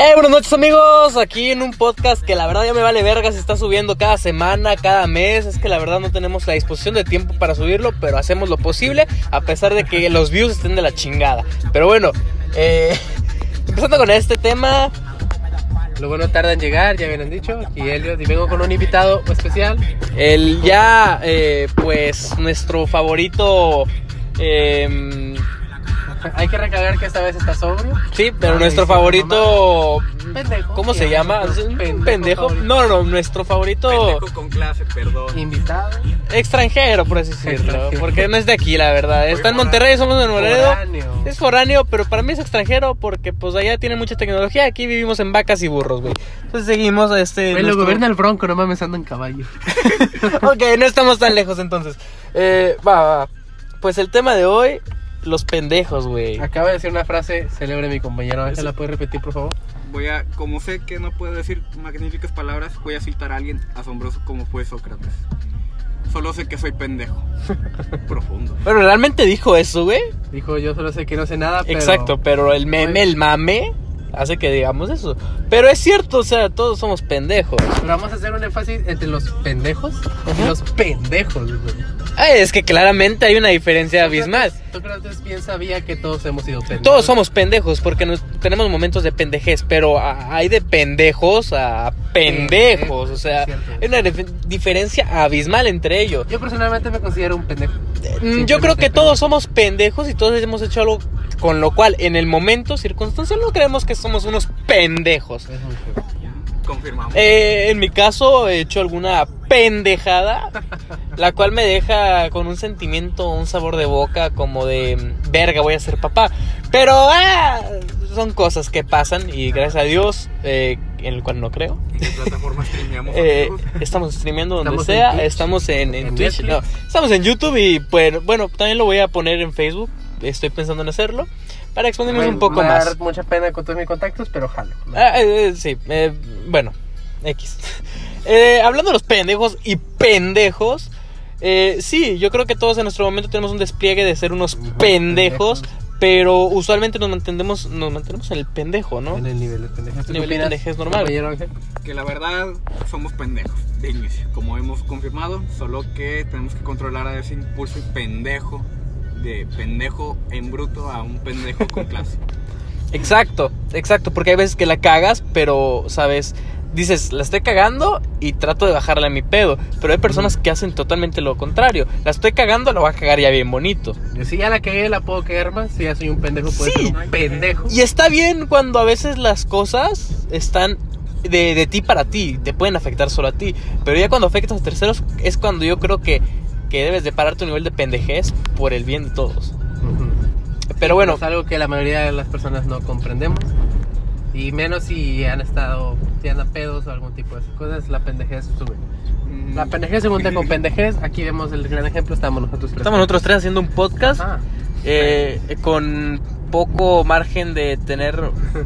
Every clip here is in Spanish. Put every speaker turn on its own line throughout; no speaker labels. Eh, buenas noches amigos, aquí en un podcast que la verdad ya me vale verga, se está subiendo cada semana, cada mes, es que la verdad no tenemos la disposición de tiempo para subirlo, pero hacemos lo posible a pesar de que los views estén de la chingada. Pero bueno, eh, empezando con este tema, lo bueno tarda en llegar, ya me lo han dicho, y Elliot, y vengo con un invitado especial, el ya, eh, pues, nuestro favorito... em,
Hay que recagar que esta vez está sobrio.
Sí, pero
Ay,
nuestro
sí,
favorito.
Pendejo.
¿Cómo se
Sí,
llama?
nuestro
¿Un
pendejo
pendejo?
favorito.
No, no, nuestro favorito
Pendejo con clase, perdón.
Invitado.
extranjero, por así decirlo.
Extranjero.
Porque no es de aquí, la verdad. Está en Monterrey, somos de Moredo.
Foráneo.
Es foráneo, pero para mí es extranjero porque pues allá tiene mucha tecnología. Aquí vivimos en vacas y burros, güey. Entonces seguimos este.
Güey, lo
nuestro-
gobierna el bronco, no mames, ando en caballo.
ok, no estamos tan lejos entonces. Eh, va, va, va. Pues el tema de hoy, los pendejos, güey.
Acaba de decir una frase célebre mi compañero. Ángel, ¿La puede repetir, por favor?
Voy a, como sé que no puedo decir magníficas palabras, voy a citar a alguien asombroso como fue Sócrates. Solo sé que soy pendejo. Profundo.
Pero realmente dijo eso, güey.
Dijo, yo solo sé que no sé nada, Ah, pero...
Exacto, pero el meme,
Oye.
el mame, hace que digamos eso. Pero es cierto, o sea, todos somos pendejos.
Pero vamos a hacer un énfasis entre los pendejos y
Ajá.
los pendejos, güey.
Ah, es que claramente hay una diferencia abismal.
Sócrates bien sabía que todos hemos sido pendejos.
Todos somos pendejos porque nos- tenemos momentos de pendejez, pero a- hay de pendejos a pendejos. O sea,
Cierto.
hay una dif- diferencia abismal entre ellos.
Yo personalmente me considero un pendejo.
Mm, Yo creo que todos somos pendejos y todos hemos hecho algo con lo cual en el momento, circunstancia, no creemos que somos unos pendejos.
Es muy feo.
Confirmamos.
Eh, en mi caso he hecho alguna pendejada, la cual me deja con un sentimiento, un sabor de boca como de mm, verga, voy a ser papá. Pero ah, son cosas que pasan y gracias a Dios, eh, en el cual no creo.
¿En qué plataforma streameamos?
eh,
amigos?
estamos streameando donde
Estamos en
sea,
Twitch,
estamos en, en
en
Twitch,
Netflix.
no, estamos en YouTube y bueno, bueno, también lo voy a poner en Facebook, estoy pensando en hacerlo, para exponernos
Me-
un poco
me va a
más.
dar mucha pena con todos mis contactos, pero jalo.
Ah, eh, eh, sí, eh, bueno, X. Eh, hablando de los pendejos y pendejos, eh, sí, yo creo que todos en nuestro momento tenemos un despliegue de ser unos
Ujú,
pendejos,
pendejos.
pero usualmente nos mantenemos, nos mantenemos en el pendejo, ¿no?
En el nivel de pendejos. ¿Tú qué
Nivel de
opinas,
pendejez normal.
compañero Ángel?
Que la verdad somos pendejos de inicio. Como hemos confirmado, solo que tenemos que controlar a ese impulso pendejo. De pendejo en bruto a un pendejo con clase.
Exacto, exacto, porque hay veces que la cagas, pero, ¿sabes? Dices, la estoy cagando y trato de bajarla a mi pedo, pero hay personas que hacen totalmente lo contrario. La estoy cagando, la voy a cagar ya bien bonito.
Si ya la cagué, la puedo cagar más. Si ya soy un pendejo, puedo
Sí.
ser un pendejo.
Y está bien cuando a veces las cosas están de, de ti para ti, te pueden afectar solo a ti. Pero ya cuando afectas a terceros es cuando yo creo que, que debes de parar tu nivel de pendejez por el bien de todos.
Ujú.
Pero bueno,
Es algo que la mayoría de las personas no comprendemos. Y menos si han estado, si andan pedos o algún tipo de esas cosas, la pendejez sube.
Mm,
La pendejez se junta con pendejez. Aquí vemos el gran ejemplo, estamos nosotros tres.
estamos nosotros tres haciendo un podcast
Ah,
eh, con poco margen de tener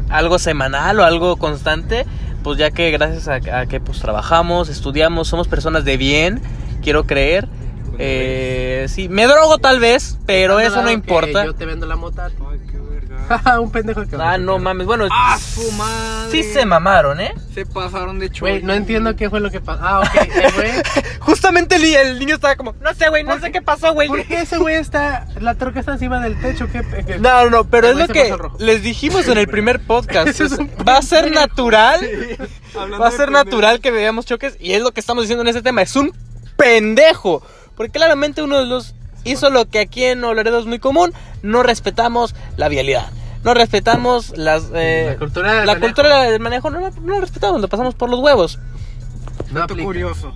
algo semanal o algo constante, pues ya que gracias a, a que pues trabajamos, estudiamos, somos personas de bien, quiero creer. Eh, sí, me drogo tal vez, pero
¿estás
eso no
hablando
importa.
que Yo te vendo la mota.
Ay, qué verga.
Jaja, un pendejo que
Ah, no mames. Bueno,
¡Ah, su madre!
sí se mamaron, ¿eh?
Se pasaron de chorizo.
Güey, no entiendo qué fue lo que pasó. Ah, ok, eh, güey.
Justamente el, el niño estaba como, no sé, güey, no sé qué pasó, güey.
¿Por qué ese güey está. La troca está encima del techo? ¿Qué, qué-
No, no, pero es
El güey
lo
se
que
puso rojo.
les dijimos en el primer podcast.
Ese es un
Va a ser natural,
Hablando
va a
de
ser
pendejos.
natural que veamos choques y es lo que estamos diciendo en este tema. Es un pendejo, porque claramente uno de los hizo lo que aquí en Olaredo es muy común, no respetamos la vialidad. No respetamos las, eh,
La cultura del
la
manejo.
cultura del manejo, no, la- no la respetamos, lo pasamos por los huevos.
No
Dato
aplica.
curioso.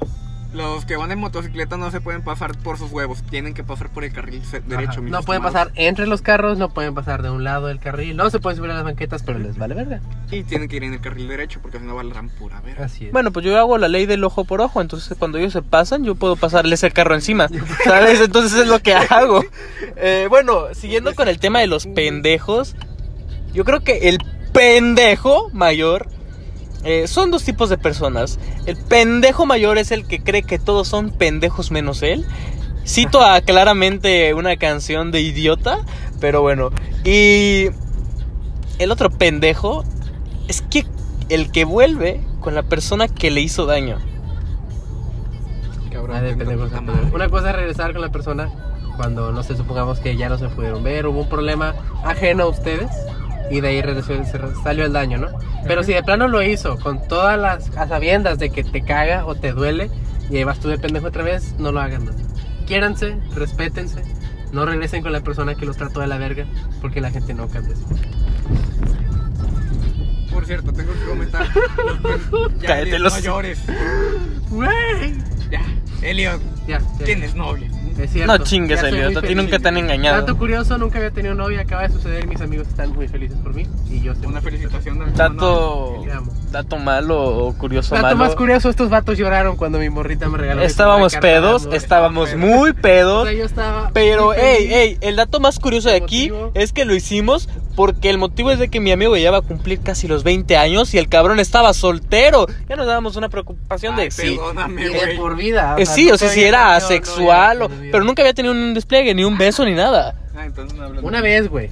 Los que van en motocicleta no se pueden pasar por sus huevos, tienen que pasar por el carril se- derecho.
Ajá.
mis
No pueden
estimados.
pasar entre los carros, no pueden pasar de un lado del carril, no se pueden subir a las banquetas, pero les vale verga.
Y tienen que ir en el carril derecho porque si no valdrán pura verga.
Así es.
Bueno, pues yo hago la ley del ojo por ojo, entonces cuando ellos se pasan, yo puedo pasarles el carro encima, ¿sabes? Entonces es lo que hago. Eh, bueno, siguiendo con el tema de los pendejos, yo creo que el pendejo mayor eh, son dos tipos de personas. El pendejo mayor es el que cree que todos son pendejos menos él. Cito a claramente una canción de idiota, pero bueno. Y el otro pendejo Es que el que vuelve con la persona que le hizo daño.
Cabrón,
Ah, de
tengo
pendejos
puta
a
madre.
pendejos. Una cosa es regresar con la persona cuando, no sé, supongamos que ya no se pudieron ver, hubo un problema ajeno a ustedes y de ahí regresó- se re- salió el daño, ¿no? Pero si de plano lo hizo con todas las a sabiendas de que te caga o te duele y ahí vas tú de pendejo otra vez, no lo hagan, ¿no? Quiéranse, respétense, no regresen con la persona que los trató de la verga porque la gente no cambia.
Por cierto, tengo que comentar. ya,
Cállate
Elliot,
los-
No llores.
¡Güey!
Ya, Elliot,
Ya, ya.
tienes novia.
Es cierto.
No chingues,
Ya soy muy
Elliot. A ti
feliz.
nunca te han engañado.
Dato curioso, nunca había tenido novia, acaba de suceder, mis amigos están muy felices por mí y yo estoy
Una
muy feliz.
felicitación del
Dato,
Te amo.
dato malo o curioso
Dato
malo.
más curioso, estos vatos lloraron cuando mi morrita me regaló. mi
Estábamos
primera carta de
pedos,
amor.
estábamos
Pedos.
muy
O
pedos.
sea, yo estaba
Pero,
muy feliz.
hey, hey, el dato más curioso de aquí
Emotivo.
es que lo hicimos porque el motivo es de que mi amigo ya va a cumplir casi los 20 años y el cabrón estaba soltero. Ya nos dábamos una preocupación
Ay,
de si.
Perdóname,
Y de
güey.
por vida.
eh, sí,
no
o sea, si
todavía no,
era
no,
asexual,
ya
o-
por vida.
pero nunca había tenido un despliegue, ni un beso, ni nada.
Ah, entonces no hablas.
Una vez, güey,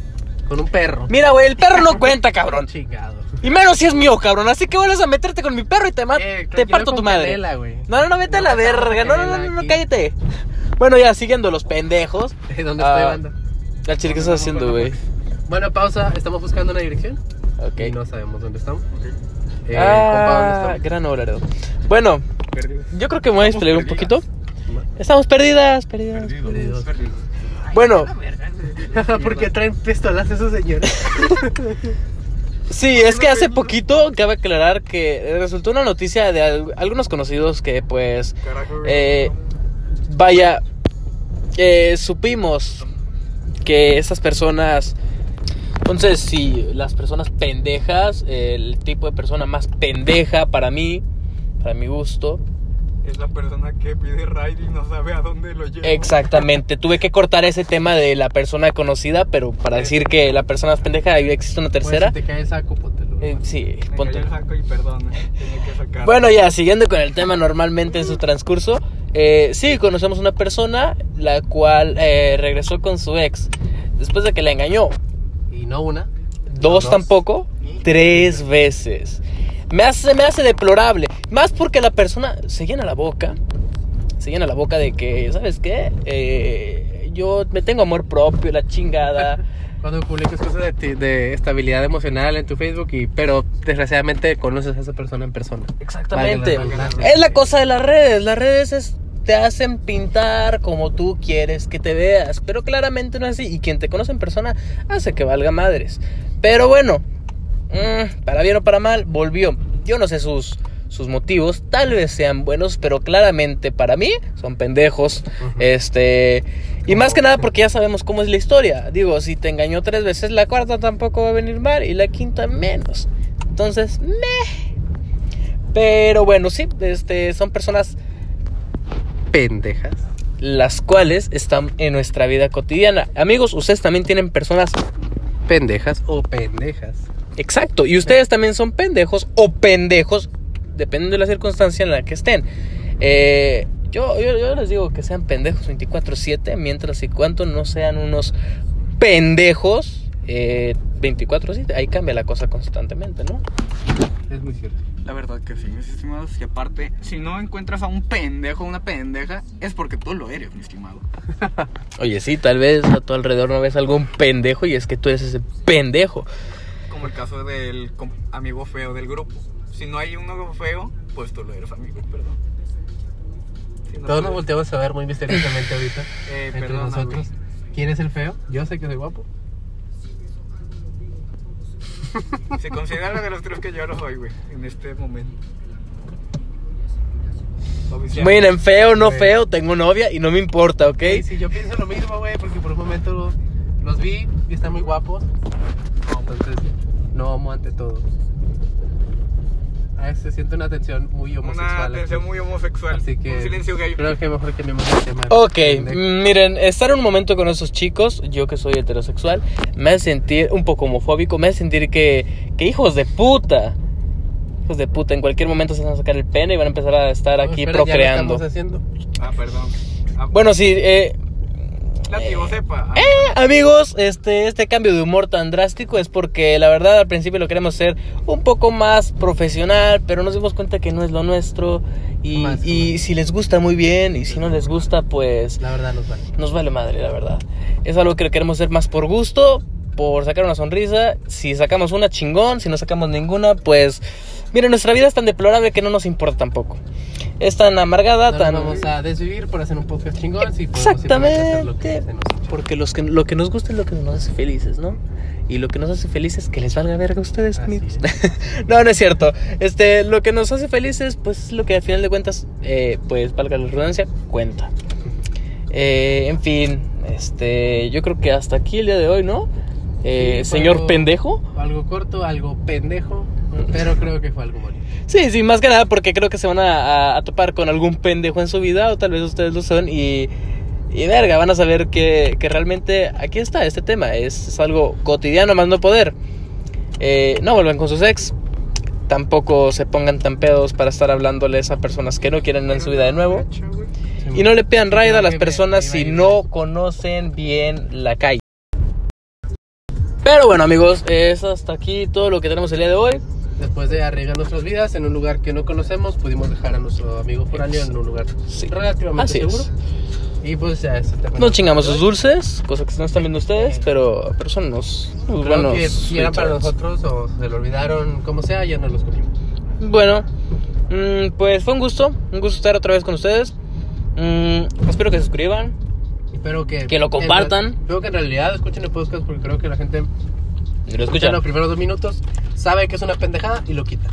con un perro.
Mira, güey, el perro no cuenta, cabrón.
Chingado.
Y menos si es mío, cabrón. Así que vuelves a meterte con mi perro y te, ma-
Eh,
Ah, te
tranquilo
parto tu
con
madre.
Canela, güey.
No, no, no, vete a
No
la
matamos a
verga. No, no, no, no,
Canela
no,
aquí.
cállate. Bueno, ya, siguiendo los pendejos.
¿Dónde
Ah.
estoy, banda?
La chile, ¿qué estás haciendo, güey?
Bueno, pausa. Estamos buscando una dirección. Y
Ok.
no sabemos dónde estamos.
Ok,
Eh, compa,
Ah,
¿dónde
gran horario. Bueno,
perdido.
yo creo que me voy a
Estamos
explicar un poquito.
perdidas.
Estamos perdidas, perdidas.
Perdido. Perdido.
Bueno,
estamos? Porque traen pistolas esos señores.
sí, es que hace poquito cabe aclarar que resultó una noticia de al- algunos conocidos que, pues,
Carajo, güey.
Eh, vaya, eh, supimos que esas personas... Entonces, sí, las personas pendejas, el tipo de persona más pendeja para mí, para mi gusto,
Es la persona que pide ride y no sabe a dónde lo lleva.
Exactamente, tuve que cortar ese tema de la persona conocida, pero para decir que la persona es pendeja, ahí existe una tercera.
Pues, si te cae el saco, póntelo.
Eh, sí,
Me
ponte.
cayó el saco y perdón. Tenía que sacar.
Bueno, ya, siguiendo con el tema normalmente en su transcurso, eh, sí, conocemos una persona la cual eh, regresó con su ex después de que la engañó.
Y no una.
Dos,
Dos.
tampoco, tres veces. Me hace, me hace deplorable. Más porque la persona se llena la boca. Se llena la boca de que, ¿sabes qué? Eh, yo me tengo amor propio, la chingada.
Cuando publicas cosas de, ti- de estabilidad emocional en tu Facebook, y, pero desgraciadamente conoces a esa persona en persona.
Exactamente.
Vale, vale, vale.
Es la cosa de las redes. Las redes es- te hacen pintar como tú quieres que te veas. Pero claramente no es así. Y quien te conoce en persona hace que valga madres. Pero bueno, mm, para bien o para mal, volvió. Yo no sé sus, sus motivos. Tal vez sean buenos, pero claramente para mí son pendejos.
Ujú.
Este. Y más que nada porque ya sabemos cómo es la historia. Digo, si te engañó tres veces, la cuarta tampoco va a venir mal y la quinta menos. Entonces, meh. Pero bueno, sí, este, son personas
Pendejas.
las cuales están en nuestra vida cotidiana. Amigos, ustedes también tienen personas.
Pendejas o pendejas.
Exacto. Y ustedes también son pendejos o pendejos, dependiendo de la circunstancia en la que estén. Eh, yo, yo, yo les digo que sean pendejos 24-7, mientras y cuanto no sean unos pendejos eh, 24-7. Ahí cambia la cosa constantemente, ¿no?
Es muy cierto.
La verdad que sí, mis estimados. Y aparte, si no encuentras a un pendejo o una pendeja, es porque tú lo eres, mi estimado.
Oye, sí, tal vez a tu alrededor no ves algún pendejo y es que tú eres ese pendejo.
Como el caso del com- amigo feo del grupo. Si no hay uno feo, pues tú lo eres, amigo, perdón. Si no
Todos nos
tú-
volteamos a ver muy misteriosamente ahorita.
Eh,
entre
perdona,
nosotros. ¿Quién es el feo? Yo sé que soy guapo.
güey. Se considera de los tres que yo lo soy, güey, en este momento. Oficial.
Miren, feo, no
Sí.
feo, tengo novia y no me importa, ¿ok?
Sí, sí, yo pienso lo mismo, güey, porque por un momento los vi y están muy guapos. Entonces, no amo ante todo. A veces siento una tensión muy homosexual.
Una atención
aquí.
muy homosexual.
Así que
Un silencio gay.
creo que mejor cambiemos de tema.
Ok, mm,
Pendejo.
miren, estar un momento con esos chicos, yo que soy heterosexual, me hace sentir un poco homofóbico, me hace sentir que, que hijos de puta, hijos de puta, en cualquier momento se van a sacar el pene y van a empezar a estar
No,
aquí
espera, ya lo
procreando.
estamos haciendo.
Ah, perdón. Ah,
Bueno, sí, eh,
Nativo, sepa.
Amigos, este, este cambio de humor tan drástico es porque la verdad al principio lo queremos ser un poco más profesional, pero nos dimos cuenta que no es lo nuestro. Y,
Más,
y si les gusta, muy bien. Y si no les gusta, pues
La verdad nos vale.
nos vale madre, la verdad. Es algo que queremos hacer más por gusto, por sacar una sonrisa. Si sacamos una, chingón. Si no sacamos ninguna, pues. Mira, nuestra vida es tan deplorable que no nos importa tampoco. Es tan amargada,
No nos
tan.
vamos a desvivir por hacer un podcast chingón. si podemos simplemente hacer lo que
Exactamente.
se nos hincha.
Porque los que, lo que nos gusta es lo que nos hace felices, ¿no? Y lo que nos hace felices que les valga verga a ustedes,
Así
amigos. no, no es cierto. Este, lo que nos hace felices, pues es lo que al final de cuentas, eh, pues valga la redundancia, cuenta. Eh, en fin, este, yo creo que hasta aquí el día de hoy, ¿no? Eh,
Sí, fue
señor
algo-
pendejo.
Algo corto, algo pendejo, pero creo que fue algo bonito.
Sí, sí, más que nada porque creo que se van a, a- a topar con algún pendejo en su vida, o tal vez ustedes lo son, y, y verga, van a saber que, que realmente aquí está este tema, es, es algo cotidiano más no poder. Eh, no vuelvan con sus ex, tampoco se pongan tan pedos para estar hablándoles a personas que no quieren en su vida de nuevo, y no le pidan raid a las personas si no conocen bien la calle. Pero bueno amigos, es hasta aquí todo lo que tenemos el día de hoy.
Después de arriesgar nuestras vidas en un lugar que no conocemos, pudimos dejar a nuestro amigo foráneo en un lugar
Sí.
relativamente
Así es.
seguro. Y pues ya, eso te
No chingamos sus dulces, cosa que no están viendo ustedes, pero, pero son unos, unos
Creo
buenos.
que si eran para
sweethearts.
nosotros o se lo olvidaron, como sea, ya no los comimos.
Bueno, mm, pues fue un gusto, un gusto estar otra vez con ustedes. Mm, espero que se suscriban.
Espero que,
Que lo compartan.
en- Espero que en realidad escuchen el podcast porque creo que la gente
Y lo
escucha
escuchan.
los primeros dos minutos, sabe que es una pendejada y lo quita.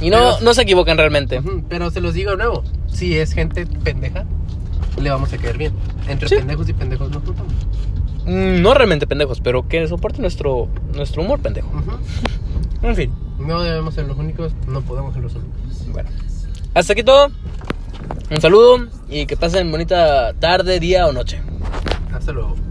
Y no, no se equivocan realmente.
Ujú, Pero se los digo de nuevo, si es gente pendeja, le vamos a caer bien. Entre
Sí.
pendejos y pendejos nos juntamos.
Mm, no realmente pendejos, pero que soporten nuestro, nuestro humor pendejo.
Ujú.
En fin.
No debemos ser los únicos, no podemos ser los únicos.
Bueno. Hasta aquí todo. Un saludo y que pasen bonita tarde, día o noche.
Hasta luego.